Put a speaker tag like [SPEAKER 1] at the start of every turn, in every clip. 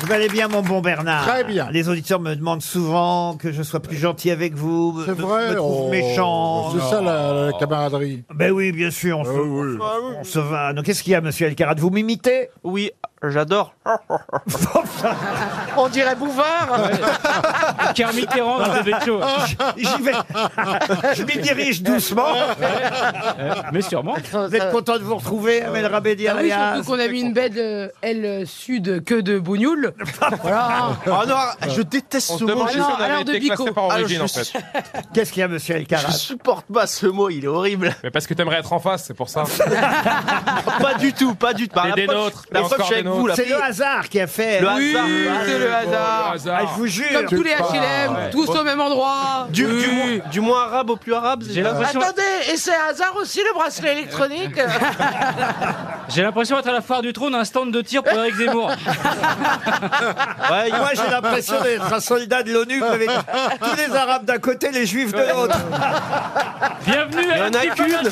[SPEAKER 1] Vous allez bien, mon bon Bernard
[SPEAKER 2] Très bien.
[SPEAKER 1] Les auditeurs me demandent souvent que je sois plus gentil avec vous.
[SPEAKER 2] C'est
[SPEAKER 1] me-
[SPEAKER 2] vrai,
[SPEAKER 1] Me trouvent
[SPEAKER 2] oh,
[SPEAKER 1] méchant.
[SPEAKER 2] C'est ça la, la camaraderie. Euh,
[SPEAKER 1] Ben oui, bien sûr, on, se, on se va. Donc, qu'est-ce qu'il y a, monsieur Elkarat Vous m'imitez
[SPEAKER 3] Oui, j'adore.
[SPEAKER 4] On dirait Bouvard
[SPEAKER 3] Car Mitterrand, vous avez chaud.
[SPEAKER 1] J'y vais. je m'y dirige doucement.
[SPEAKER 3] Mais sûrement.
[SPEAKER 1] Vous êtes content de vous retrouver, Amel Rabédia
[SPEAKER 5] Ah oui, surtout qu'on a mis une belle euh, aile sud que de bougnoule.
[SPEAKER 1] Ah, bah,
[SPEAKER 5] voilà.
[SPEAKER 4] Oh non, je déteste ce mot.
[SPEAKER 5] demande si
[SPEAKER 4] je-
[SPEAKER 6] Ah
[SPEAKER 5] on avait Alors, de été classé Bico. par
[SPEAKER 4] origine, en fait.
[SPEAKER 1] Qu'est-ce qu'il y a, monsieur
[SPEAKER 4] Je
[SPEAKER 1] Elkarat
[SPEAKER 4] supporte pas ce mot, il est horrible.
[SPEAKER 7] Mais parce que t'aimerais être en face, c'est pour ça.
[SPEAKER 4] Pas du tout, pas du tout. Bah,
[SPEAKER 7] Mais
[SPEAKER 4] la
[SPEAKER 7] des
[SPEAKER 4] preuve,
[SPEAKER 7] nôtres,
[SPEAKER 4] la
[SPEAKER 7] et
[SPEAKER 4] preuve, je
[SPEAKER 7] encore
[SPEAKER 4] suis
[SPEAKER 7] des
[SPEAKER 4] avec vous, là.
[SPEAKER 1] C'est le hasard qui a fait.
[SPEAKER 4] Le
[SPEAKER 5] Oui,
[SPEAKER 4] hasard.
[SPEAKER 5] c'est le hasard.
[SPEAKER 1] Ah, je vous jure.
[SPEAKER 5] Comme tous les
[SPEAKER 2] pas-
[SPEAKER 5] HLM,
[SPEAKER 2] ouais.
[SPEAKER 5] tous au même endroit.
[SPEAKER 4] Du, du moins, du moins arabe au plus arabe. c'est
[SPEAKER 3] J'ai
[SPEAKER 4] ça
[SPEAKER 3] l'impression,
[SPEAKER 8] Attendez, et c'est hasard aussi le bracelet électronique
[SPEAKER 3] j'ai l'impression d'être à la foire du trône, un stand de tir pour Eric Zemmour.
[SPEAKER 4] Ouais,
[SPEAKER 1] Moi, j'ai l'impression d'être un soldat de l'ONU avec tous les Arabes d'un côté, les Juifs de l'autre.
[SPEAKER 3] Bienvenue
[SPEAKER 4] Il y
[SPEAKER 3] à
[SPEAKER 4] en a
[SPEAKER 3] la
[SPEAKER 4] qu'une.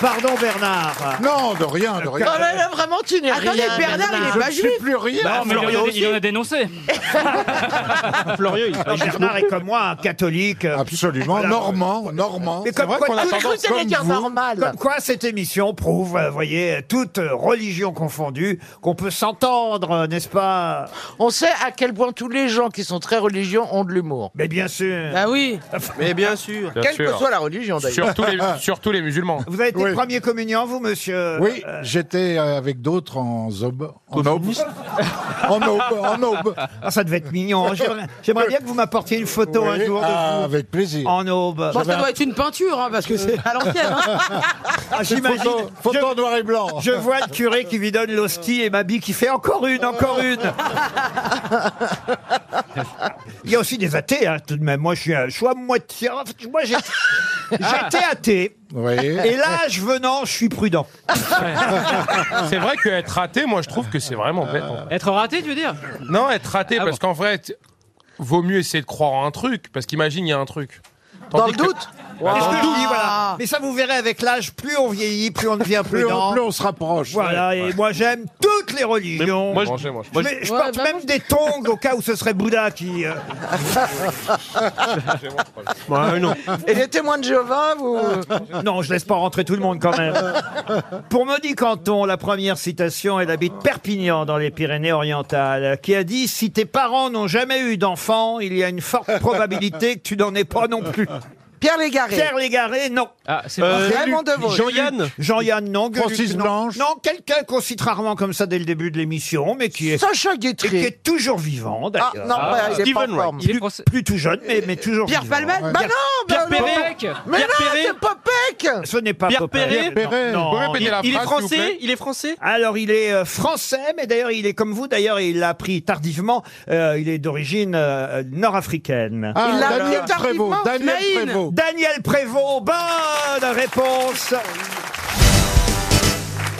[SPEAKER 1] Pardon, Bernard.
[SPEAKER 2] Non, de rien, de rien.
[SPEAKER 8] Non mais Oh là vraiment tu n'es
[SPEAKER 5] Attendez,
[SPEAKER 8] rien.
[SPEAKER 5] Bernard, il est
[SPEAKER 2] Je
[SPEAKER 5] pas
[SPEAKER 2] ne suis
[SPEAKER 5] juif.
[SPEAKER 2] plus rien.
[SPEAKER 4] Bah,
[SPEAKER 3] Non, mais il en a-
[SPEAKER 4] Florian
[SPEAKER 3] il en a dénoncé.
[SPEAKER 4] Florian, il
[SPEAKER 1] Alors, Euh, Bernard est comme moi, un catholique.
[SPEAKER 2] Ah, Absolument,
[SPEAKER 1] Voilà.
[SPEAKER 2] normand, normand.
[SPEAKER 1] Mais comme quoi, tout-
[SPEAKER 8] Je crois que t'allais
[SPEAKER 2] Comme
[SPEAKER 8] dire
[SPEAKER 2] vous.
[SPEAKER 8] normal.
[SPEAKER 1] comme quoi, cette émission prouve, euh, voyez, toute euh, religion confondue, qu'on peut s'entendre, euh, n'est-ce pas
[SPEAKER 8] On sait à quel point tous les gens qui sont très religieux ont de l'humour.
[SPEAKER 1] Mais bien sûr.
[SPEAKER 5] Ah oui.
[SPEAKER 4] Mais bien sûr.
[SPEAKER 7] Bien
[SPEAKER 8] Quelle
[SPEAKER 7] sûr.
[SPEAKER 8] que soit la religion d'ailleurs.
[SPEAKER 7] Surtout les, surtout les musulmans.
[SPEAKER 1] Vous avez été
[SPEAKER 2] Oui.
[SPEAKER 1] premier communion, vous, monsieur
[SPEAKER 2] Oui,
[SPEAKER 1] Euh,
[SPEAKER 2] j'étais euh, avec d'autres en zob. En aube. en aube, en aube.
[SPEAKER 1] ah, ça devait être mignon. J'aimerais j'aimerais bien que vous m'apportiez une photo un
[SPEAKER 2] Oui,
[SPEAKER 1] jour de
[SPEAKER 2] ah,
[SPEAKER 1] vous.
[SPEAKER 2] avec plaisir.
[SPEAKER 1] En aube.
[SPEAKER 5] Bon, ça doit être une peinture, hein, parce que c'est à l'ancienne. hein.
[SPEAKER 1] Ah, J'imagine.
[SPEAKER 2] Photo, photo en noir et blanc.
[SPEAKER 1] Je vois le curé qui lui donne l'hostie et Mabi qui fait encore une, encore une. Il y a aussi des athées, hein, tout de même. Moi, je suis, un- je suis à moitié. Moi, j'ai- j'étais athée.
[SPEAKER 2] Oui.
[SPEAKER 1] Et l'âge venant, je suis prudent.
[SPEAKER 7] C'est vrai qu'être raté, moi je trouve que c'est vraiment bête. en fait.
[SPEAKER 3] Être raté, tu veux dire
[SPEAKER 7] Non, être raté,
[SPEAKER 3] Ah
[SPEAKER 7] parce qu'en vrai, t- vaut mieux essayer de croire en un truc, parce qu'imagine, il y a un truc.
[SPEAKER 8] Dans le
[SPEAKER 7] Tandis que-
[SPEAKER 8] doute
[SPEAKER 1] C'est ce que je dis, voilà. Mais ça, vous verrez avec l'âge, plus on vieillit, plus on devient
[SPEAKER 2] Plus,
[SPEAKER 1] prudent.
[SPEAKER 2] on, plus on se rapproche.
[SPEAKER 1] Voilà, et moi, j'aime toutes les
[SPEAKER 7] Mais
[SPEAKER 1] religions.
[SPEAKER 7] moi, je, moi, je-
[SPEAKER 1] Mais je
[SPEAKER 5] Ouais,
[SPEAKER 1] porte
[SPEAKER 5] bah,
[SPEAKER 1] même
[SPEAKER 5] moi,
[SPEAKER 1] des tongs au cas où ce serait Bouddha qui. euh,
[SPEAKER 8] Et les témoins de Jéhovah, vous.
[SPEAKER 9] Ah.
[SPEAKER 1] Non, je laisse pas rentrer tout le monde quand même. Pour Maudit Canton, la première citation, elle habite Perpignan dans les Pyrénées-Orientales, qui a dit Si tes parents n'ont jamais eu d'enfants, il y a une forte probabilité que tu n'en aies pas non plus.
[SPEAKER 8] Pierre Légaré.
[SPEAKER 1] Pierre Légaré, non.
[SPEAKER 3] Ah, c'est
[SPEAKER 4] Euh,
[SPEAKER 8] Raymond Devos.
[SPEAKER 4] Jean-Yann.
[SPEAKER 1] Jean-Yann, non. Gueluc,
[SPEAKER 2] Francis
[SPEAKER 1] non.
[SPEAKER 2] Blanche.
[SPEAKER 1] Non, quelqu'un qu'on cite rarement comme ça dès le début de l'émission, mais qui est,
[SPEAKER 8] Sacha
[SPEAKER 1] et qui
[SPEAKER 8] Guitry.
[SPEAKER 1] est toujours vivant,
[SPEAKER 8] Ah
[SPEAKER 1] d'ailleurs.
[SPEAKER 8] non, ouais, il est pas
[SPEAKER 4] Stephen
[SPEAKER 8] en forme.
[SPEAKER 3] Il est français.
[SPEAKER 1] Plus tout jeune, mais, mais toujours
[SPEAKER 5] Pierre
[SPEAKER 1] vivant.
[SPEAKER 5] Palmade
[SPEAKER 8] Bah non, bah
[SPEAKER 3] Pierre
[SPEAKER 8] non.
[SPEAKER 3] Pérec
[SPEAKER 7] Ah,
[SPEAKER 8] Mais
[SPEAKER 3] Pierre
[SPEAKER 8] non,
[SPEAKER 3] Perret.
[SPEAKER 8] c'est pas Pec
[SPEAKER 1] Ce n'est pas
[SPEAKER 4] Pierre
[SPEAKER 1] Popper.
[SPEAKER 4] Perret.
[SPEAKER 1] Non,
[SPEAKER 2] Perret.
[SPEAKER 1] non.
[SPEAKER 7] Vous pouvez répéter la
[SPEAKER 4] Il
[SPEAKER 7] phrase,
[SPEAKER 4] est
[SPEAKER 7] s'il vous
[SPEAKER 4] français
[SPEAKER 7] plaît
[SPEAKER 4] Il est français
[SPEAKER 1] Alors, il est euh, français, mais d'ailleurs, il est comme vous. D'ailleurs, il l'a appris tardivement. Euh, il est d'origine euh, nord-africaine.
[SPEAKER 2] Ah,
[SPEAKER 8] Il l'a appris
[SPEAKER 2] Daniel Prévost.
[SPEAKER 8] tardivement,
[SPEAKER 2] Daniel
[SPEAKER 5] Smaïn.
[SPEAKER 2] Prévost.
[SPEAKER 1] Daniel Prévost, bonne réponse.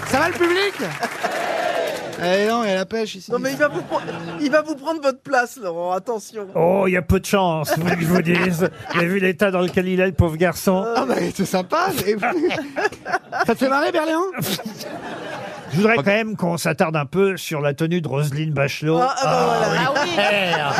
[SPEAKER 5] Ça va le public Eh non, il y a la pêche ici.
[SPEAKER 6] Non mais il va vous prendre, il va vous prendre votre place, Laurent. Attention.
[SPEAKER 1] Oh, il y a peu de chance, vous voulez que je vous dise. Vous avez vu l'état dans lequel il est, le pauvre garçon.
[SPEAKER 5] Ah bah c'est sympa. mais- Ça te fait marrer, Berléand
[SPEAKER 1] Je voudrais quand même qu'on s'attarde un peu sur la tenue de Roselyne Bachelot.
[SPEAKER 6] Ah, ah, bah, voilà.
[SPEAKER 8] Ah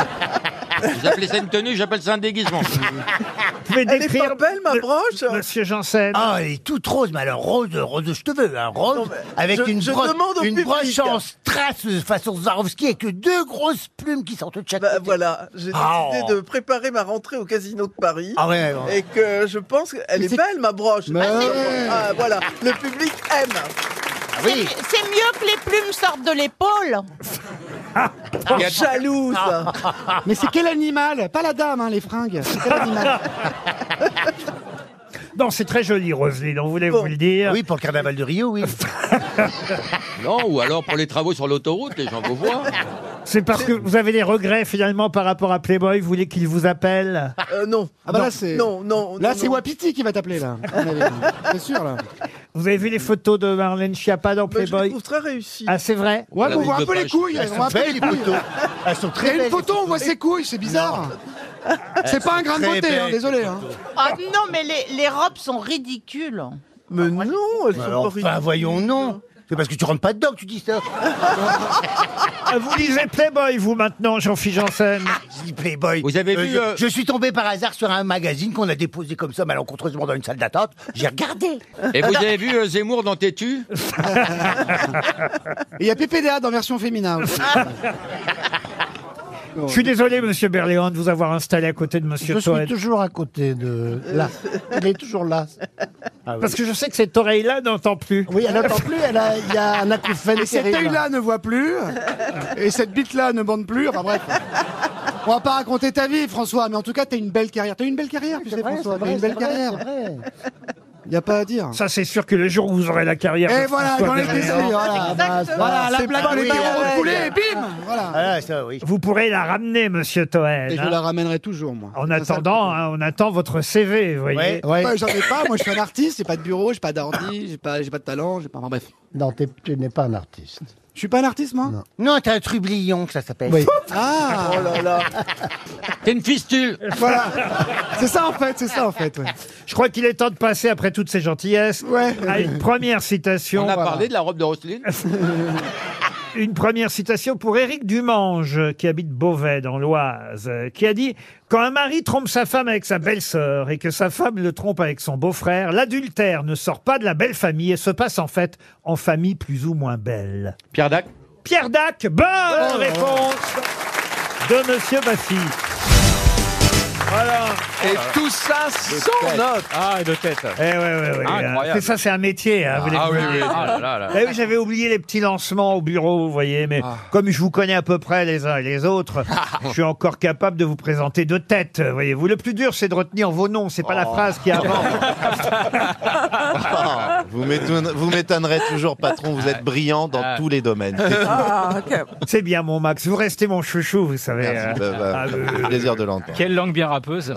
[SPEAKER 8] oui
[SPEAKER 10] Vous appelez ça une tenue, j'appelle ça un déguisement.
[SPEAKER 1] Vous pouvez
[SPEAKER 6] Elle est pas
[SPEAKER 1] décrire
[SPEAKER 6] belle, ma broche.
[SPEAKER 1] Monsieur Janssen.
[SPEAKER 9] Ah, elle est toute rose, mais alors rose, rose de cheveux, hein, rose, avec
[SPEAKER 6] je-
[SPEAKER 9] une,
[SPEAKER 6] je
[SPEAKER 9] broche-
[SPEAKER 6] demande au
[SPEAKER 9] une
[SPEAKER 6] public.
[SPEAKER 9] broche en strass euh, façon Swarovski avec deux grosses plumes qui sortent de chaque
[SPEAKER 6] Bah,
[SPEAKER 9] côté.
[SPEAKER 6] voilà, j'ai
[SPEAKER 9] Ah.
[SPEAKER 6] décidé de préparer ma rentrée au casino de Paris.
[SPEAKER 9] Ah ouais, ouais.
[SPEAKER 6] Et que je pense qu'elle est... belle, ma broche. Ah, voilà, le public aime.
[SPEAKER 9] oui.
[SPEAKER 8] C'est mieux que les plumes sortent de l'épaule.
[SPEAKER 6] Oh, jalouse.
[SPEAKER 5] Mais c'est quel animal Pas la dame, hein, les fringues. C'est quel animal
[SPEAKER 1] Non, c'est très joli, Roselyne, on voulait vous
[SPEAKER 6] Bon.
[SPEAKER 1] le dire.
[SPEAKER 9] Oui, pour le carnaval de Rio, oui.
[SPEAKER 10] Non, ou alors pour les travaux sur l'autoroute, les gens vous voient.
[SPEAKER 1] C'est parce que vous avez des regrets, finalement, par rapport à Playboy. Vous voulez qu'il vous appelle
[SPEAKER 6] Euh, non.
[SPEAKER 5] Ah bah
[SPEAKER 6] non.
[SPEAKER 5] là, c'est-
[SPEAKER 6] Non, non.
[SPEAKER 5] Là,
[SPEAKER 6] non,
[SPEAKER 5] c'est
[SPEAKER 6] non.
[SPEAKER 5] Wapiti qui va t'appeler, là. à mon avis. C'est sûr, là.
[SPEAKER 1] Vous avez vu les photos de Marlène Schiappa dans
[SPEAKER 6] Bah, je les
[SPEAKER 1] Playboy
[SPEAKER 6] trouve très réussi.
[SPEAKER 1] Ah, c'est vrai
[SPEAKER 5] Ouais,
[SPEAKER 10] Voilà,
[SPEAKER 5] mais on
[SPEAKER 10] il
[SPEAKER 5] voit un
[SPEAKER 10] veut
[SPEAKER 5] peu
[SPEAKER 10] pas,
[SPEAKER 5] les
[SPEAKER 10] je-
[SPEAKER 5] couilles. On voit un peu les couilles.
[SPEAKER 9] Elles sont très
[SPEAKER 5] Il y a
[SPEAKER 9] belles.
[SPEAKER 5] une photo, on voit ses couilles, c'est bizarre. C'est pas un grain de
[SPEAKER 9] Très
[SPEAKER 5] beauté, hein,
[SPEAKER 9] belle.
[SPEAKER 5] désolé. hein.
[SPEAKER 8] Ah non, mais les, les robes sont ridicules.
[SPEAKER 6] Mais non, elles sont
[SPEAKER 9] Alors,
[SPEAKER 6] pas ridicules.
[SPEAKER 9] enfin, voyons, non. C'est parce que tu rentres pas dedans que tu dis ça.
[SPEAKER 1] Ah, Vous lisez Playboy, vous, maintenant, Jean-Philippe Janssen
[SPEAKER 9] Je dis Playboy.
[SPEAKER 10] Vous avez
[SPEAKER 9] Euh,
[SPEAKER 10] vu,
[SPEAKER 9] je-
[SPEAKER 10] euh,
[SPEAKER 9] je, suis tombé par hasard sur un magazine qu'on a déposé comme ça malencontreusement dans une salle d'attente. J'ai regardé.
[SPEAKER 10] Et vous avez vu euh, Zemmour dans Tétu
[SPEAKER 11] Et il y a PPDA dans version féminin aussi.
[SPEAKER 1] Je suis désolé, monsieur Berléand, de vous avoir installé à côté de monsieur
[SPEAKER 2] Je suis
[SPEAKER 1] Toed.
[SPEAKER 2] toujours à côté de... Là. Il est toujours là.
[SPEAKER 1] Ah Parce que je sais que cette oreille-là n'entend plus.
[SPEAKER 2] Oui, elle n'entend plus. Elle a... Il y a un acouphène
[SPEAKER 11] Et cet
[SPEAKER 2] terrible.
[SPEAKER 11] œil-là ne voit plus. Et cette bite-là ne bande plus. Enfin bref. On va pas raconter ta vie, François, mais en tout cas, t'as une belle carrière. T'as une belle carrière, tu sais, François. T'as une belle carrière. Il n'y a pas à dire.
[SPEAKER 1] Ça, c'est sûr que le jour où vous aurez la carrière.
[SPEAKER 11] Et
[SPEAKER 1] de
[SPEAKER 11] voilà,
[SPEAKER 1] François
[SPEAKER 11] dans les
[SPEAKER 1] Berléand,
[SPEAKER 11] plaisirs, voilà. Voilà, la
[SPEAKER 2] C'est
[SPEAKER 11] blague
[SPEAKER 2] pas
[SPEAKER 11] dans les
[SPEAKER 2] oui,
[SPEAKER 11] barreaux
[SPEAKER 2] ouais,
[SPEAKER 11] de poulet,
[SPEAKER 2] ouais.
[SPEAKER 11] et bim Voilà.
[SPEAKER 9] Ah, ça, oui.
[SPEAKER 1] Vous pourrez la ramener, monsieur Toed.
[SPEAKER 11] Et je
[SPEAKER 1] hein.
[SPEAKER 11] la ramènerai toujours, moi.
[SPEAKER 1] En
[SPEAKER 11] C'est ça, le
[SPEAKER 1] attendant, hein, on attend votre CV, vous voyez.
[SPEAKER 9] Ouais.
[SPEAKER 11] Ouais. Bah, j'en ai pas, moi je suis un artiste, j'ai pas de bureau, j'ai pas d'ordi, j'ai pas, j'ai pas de talent, j'ai pas. Enfin bref.
[SPEAKER 2] Non, t'es- tu n'es pas un artiste.
[SPEAKER 11] Je suis pas un artiste moi
[SPEAKER 9] Non, t'as un trublion que ça s'appelle.
[SPEAKER 2] Oui.
[SPEAKER 11] Ah
[SPEAKER 10] T'es une fistule
[SPEAKER 11] Voilà C'est ça en fait, c'est ça en fait, ouais.
[SPEAKER 1] Je crois qu'il est temps de passer, après toutes ces gentillesses,
[SPEAKER 11] Ouais.
[SPEAKER 1] à une première citation.
[SPEAKER 10] On a parlé de la robe de Roselyne
[SPEAKER 1] Une première citation pour Éric Dumange, qui habite Beauvais, dans l'Oise, euh, qui a dit « Quand un mari trompe sa femme avec sa belle-sœur et que sa femme le trompe avec son beau-frère, l'adultère ne sort pas de la belle famille et se passe en fait en famille plus ou moins belle.
[SPEAKER 10] Pierre Dac »
[SPEAKER 1] Pierre Dac, bonne réponse de Monsieur Bassi.
[SPEAKER 4] Et tout ça sans note.
[SPEAKER 3] Ah, et de tête.
[SPEAKER 1] Eh ouais, ouais, ouais,
[SPEAKER 4] Incroyable.
[SPEAKER 1] euh, c'est ça, c'est un métier. hein, vous l'avez
[SPEAKER 7] Ah oui,
[SPEAKER 1] dit.
[SPEAKER 7] oui. Ah, là, là.
[SPEAKER 1] Eh oui, j'avais oublié les petits lancements au bureau, vous voyez, mais
[SPEAKER 12] Ah.
[SPEAKER 1] comme je vous connais à peu près les uns et les autres, je suis encore capable de vous présenter de tête, euh, voyez-vous. Le plus dur, c'est de retenir vos noms, c'est pas la
[SPEAKER 12] Oh.
[SPEAKER 1] phrase qui avance.
[SPEAKER 12] Vous m'étonne- vous m'étonnerez toujours, patron. Vous êtes brillant dans tous les domaines.
[SPEAKER 5] Ah,
[SPEAKER 1] c'est bien, mon Max. Vous restez mon chouchou, vous savez.
[SPEAKER 12] Merci,
[SPEAKER 1] euh.
[SPEAKER 12] bah, bah,
[SPEAKER 1] Ah, euh,
[SPEAKER 12] plaisir de l'entendre.
[SPEAKER 3] Quelle langue bien rappeuse.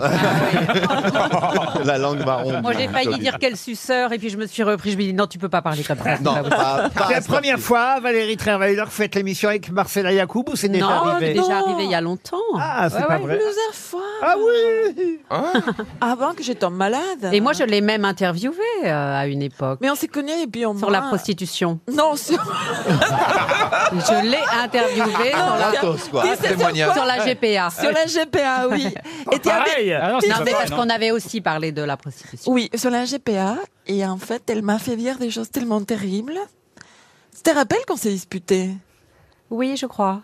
[SPEAKER 12] La langue marron.
[SPEAKER 5] Moi, j'ai failli dire quelle suceur, et puis je me suis repris. Je me dis, non, tu peux pas parler comme ça.
[SPEAKER 12] Non, pas- pas
[SPEAKER 1] C'est la
[SPEAKER 12] un sportif.
[SPEAKER 1] première fois, Valérie Trierweiler, que vous faites l'émission avec Marcella Yacoub ou c'est déjà
[SPEAKER 5] non,
[SPEAKER 1] arrivé
[SPEAKER 5] c'est déjà arrivé il y a longtemps.
[SPEAKER 1] Ah, c'est pas vrai.
[SPEAKER 13] Plusieurs fois,
[SPEAKER 1] Ah oui
[SPEAKER 13] avant que j'étais malade.
[SPEAKER 5] Et moi, je l'ai même interviewé euh, à une époque.
[SPEAKER 13] Mais on s'est connus et puis on
[SPEAKER 5] Sur la prostitution.
[SPEAKER 13] Non, sur...
[SPEAKER 5] Je l'ai interviewé sur la,
[SPEAKER 12] Gratos,
[SPEAKER 10] Bah,
[SPEAKER 12] quoi.
[SPEAKER 13] Tu sais sur
[SPEAKER 7] témoignage.
[SPEAKER 13] quoi
[SPEAKER 5] sur la GPA.
[SPEAKER 13] Sur la GPA, oui. Et t'es avec-
[SPEAKER 1] Pareil
[SPEAKER 3] Ah non, c'est
[SPEAKER 5] Non,
[SPEAKER 3] pas
[SPEAKER 5] mais
[SPEAKER 3] vrai,
[SPEAKER 5] parce
[SPEAKER 3] non.
[SPEAKER 5] qu'on avait aussi parlé de la prostitution.
[SPEAKER 13] Oui, sur la GPA. Et en fait, elle m'a fait dire des choses tellement terribles. Tu te rappelles qu'on s'est disputé
[SPEAKER 5] Oui, je crois.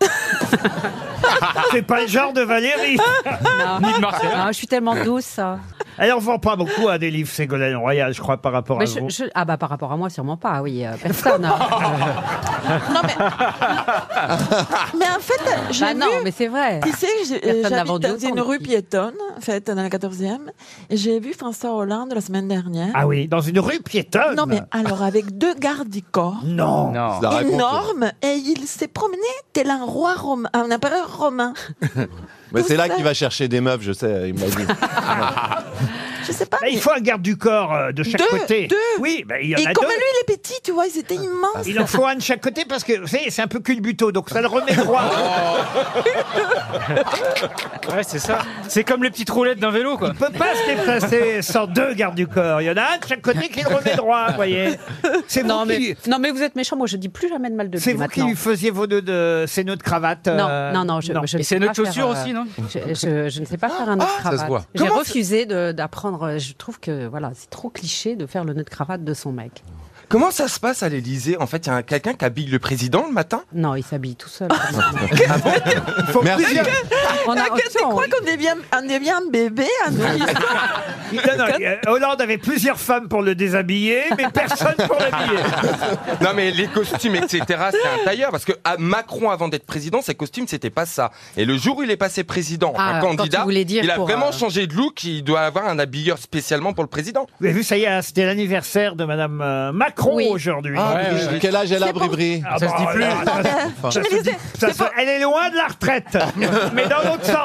[SPEAKER 1] C'est pas le genre de Valérie
[SPEAKER 5] Non.
[SPEAKER 3] Ni de Marseille.
[SPEAKER 5] Non, je suis tellement douce.
[SPEAKER 1] Elle en Eh, vend pas beaucoup à des livres Ségolène Royal, je crois, par rapport
[SPEAKER 5] Mais
[SPEAKER 1] à
[SPEAKER 5] je-
[SPEAKER 1] vous.
[SPEAKER 5] je- ah bah par rapport à moi, sûrement pas. Oui, euh, personne. Bah
[SPEAKER 13] Non, mais... mais en fait, j'ai vu...
[SPEAKER 5] Bah non, mais c'est vrai.
[SPEAKER 13] Tu sais, j'ai-
[SPEAKER 5] Personne n'a
[SPEAKER 13] euh, j'habite
[SPEAKER 5] vendu
[SPEAKER 13] dans
[SPEAKER 5] autant
[SPEAKER 13] une
[SPEAKER 5] de
[SPEAKER 13] rue
[SPEAKER 5] filles.
[SPEAKER 13] piétonne, en fait, dans la 14e. Et j'ai vu François Hollande la semaine dernière.
[SPEAKER 1] Ah oui, dans une rue
[SPEAKER 5] Ah,
[SPEAKER 1] piétonne
[SPEAKER 13] non, mais
[SPEAKER 5] bah.
[SPEAKER 13] alors, avec deux gardes du corps
[SPEAKER 1] Non
[SPEAKER 3] Non.
[SPEAKER 12] La réponse,
[SPEAKER 13] énormes, et il s'est promené tel un roi romain, un empereur romain.
[SPEAKER 12] Mais c'est là
[SPEAKER 13] Tout
[SPEAKER 12] qu'il va chercher des meufs, je sais, il m'a dit.
[SPEAKER 13] Je sais pas.
[SPEAKER 1] Bah, il faut un garde du corps euh, de chaque
[SPEAKER 13] Deux,
[SPEAKER 1] côté.
[SPEAKER 13] deux.
[SPEAKER 1] Oui, bah, il y en
[SPEAKER 13] Et
[SPEAKER 1] a
[SPEAKER 13] comme
[SPEAKER 1] deux.
[SPEAKER 13] lui, il est petit, tu vois, ils
[SPEAKER 5] Ah.
[SPEAKER 13] étaient immenses.
[SPEAKER 1] Il en faut un de chaque côté parce que, vous savez, c'est un peu culbuto, donc ça le remet droit.
[SPEAKER 3] Oh. Ouais, c'est ça. C'est comme les petites roulettes d'un vélo, quoi.
[SPEAKER 1] Il peut pas se déplacer sans deux gardes du corps. Il y en a un de chaque côté qui le remet droit, vous voyez. C'est vous,
[SPEAKER 5] Non
[SPEAKER 1] qui,
[SPEAKER 5] mais, non mais vous êtes méchant, moi je dis plus jamais de mal de lui
[SPEAKER 1] c'est vous qui
[SPEAKER 5] maintenant.
[SPEAKER 1] lui faisiez vos nœuds de ces nœuds de cravate. euh,
[SPEAKER 5] Non, non, non, je, je ne
[SPEAKER 3] Et
[SPEAKER 5] sais
[SPEAKER 3] c'est
[SPEAKER 5] pas
[SPEAKER 3] notre chaussure
[SPEAKER 5] faire, euh,
[SPEAKER 3] aussi, non
[SPEAKER 5] je, je- je ne sais pas faire un nœud de
[SPEAKER 7] se
[SPEAKER 5] cravate.
[SPEAKER 7] voit.
[SPEAKER 5] J'ai refusé de- d'apprendre. euh, Je trouve que voilà, c'est trop cliché de faire le nœud de cravate de son mec.
[SPEAKER 14] Comment ça se passe à l'Elysée En fait, il y a un- quelqu'un qui habille le président le matin
[SPEAKER 5] Non, il s'habille tout seul.
[SPEAKER 12] Merci.
[SPEAKER 5] on a,
[SPEAKER 13] Ah, que tu crois qu'on devient, on devient un bébé un nourrisson
[SPEAKER 1] non, non, euh, Hollande avait plusieurs femmes pour le déshabiller, mais personne pour l'habiller.
[SPEAKER 14] Non, mais les costumes, etc., c'est un tailleur. Parce que à Macron, avant d'être président, ses costumes, c'était pas ça. Et le jour où il est passé président,
[SPEAKER 5] Ah,
[SPEAKER 14] un
[SPEAKER 5] quand il
[SPEAKER 14] candidat,
[SPEAKER 5] voulait dire
[SPEAKER 14] il a
[SPEAKER 5] pour,
[SPEAKER 14] vraiment
[SPEAKER 5] euh,
[SPEAKER 14] changé de look. Il doit avoir un habilleur spécialement pour le président.
[SPEAKER 1] Vous avez vu, ça y est, hein, c'était l'anniversaire de Madame euh, Macron
[SPEAKER 5] Oui.
[SPEAKER 1] aujourd'hui.
[SPEAKER 12] Ah,
[SPEAKER 1] Ouais,
[SPEAKER 12] oui, Quel âge elle a, Bribri
[SPEAKER 1] Ah, bon, alors,
[SPEAKER 13] Je me disais,
[SPEAKER 1] Ça se- Elle est loin de la retraite, mais dans l'autre sens.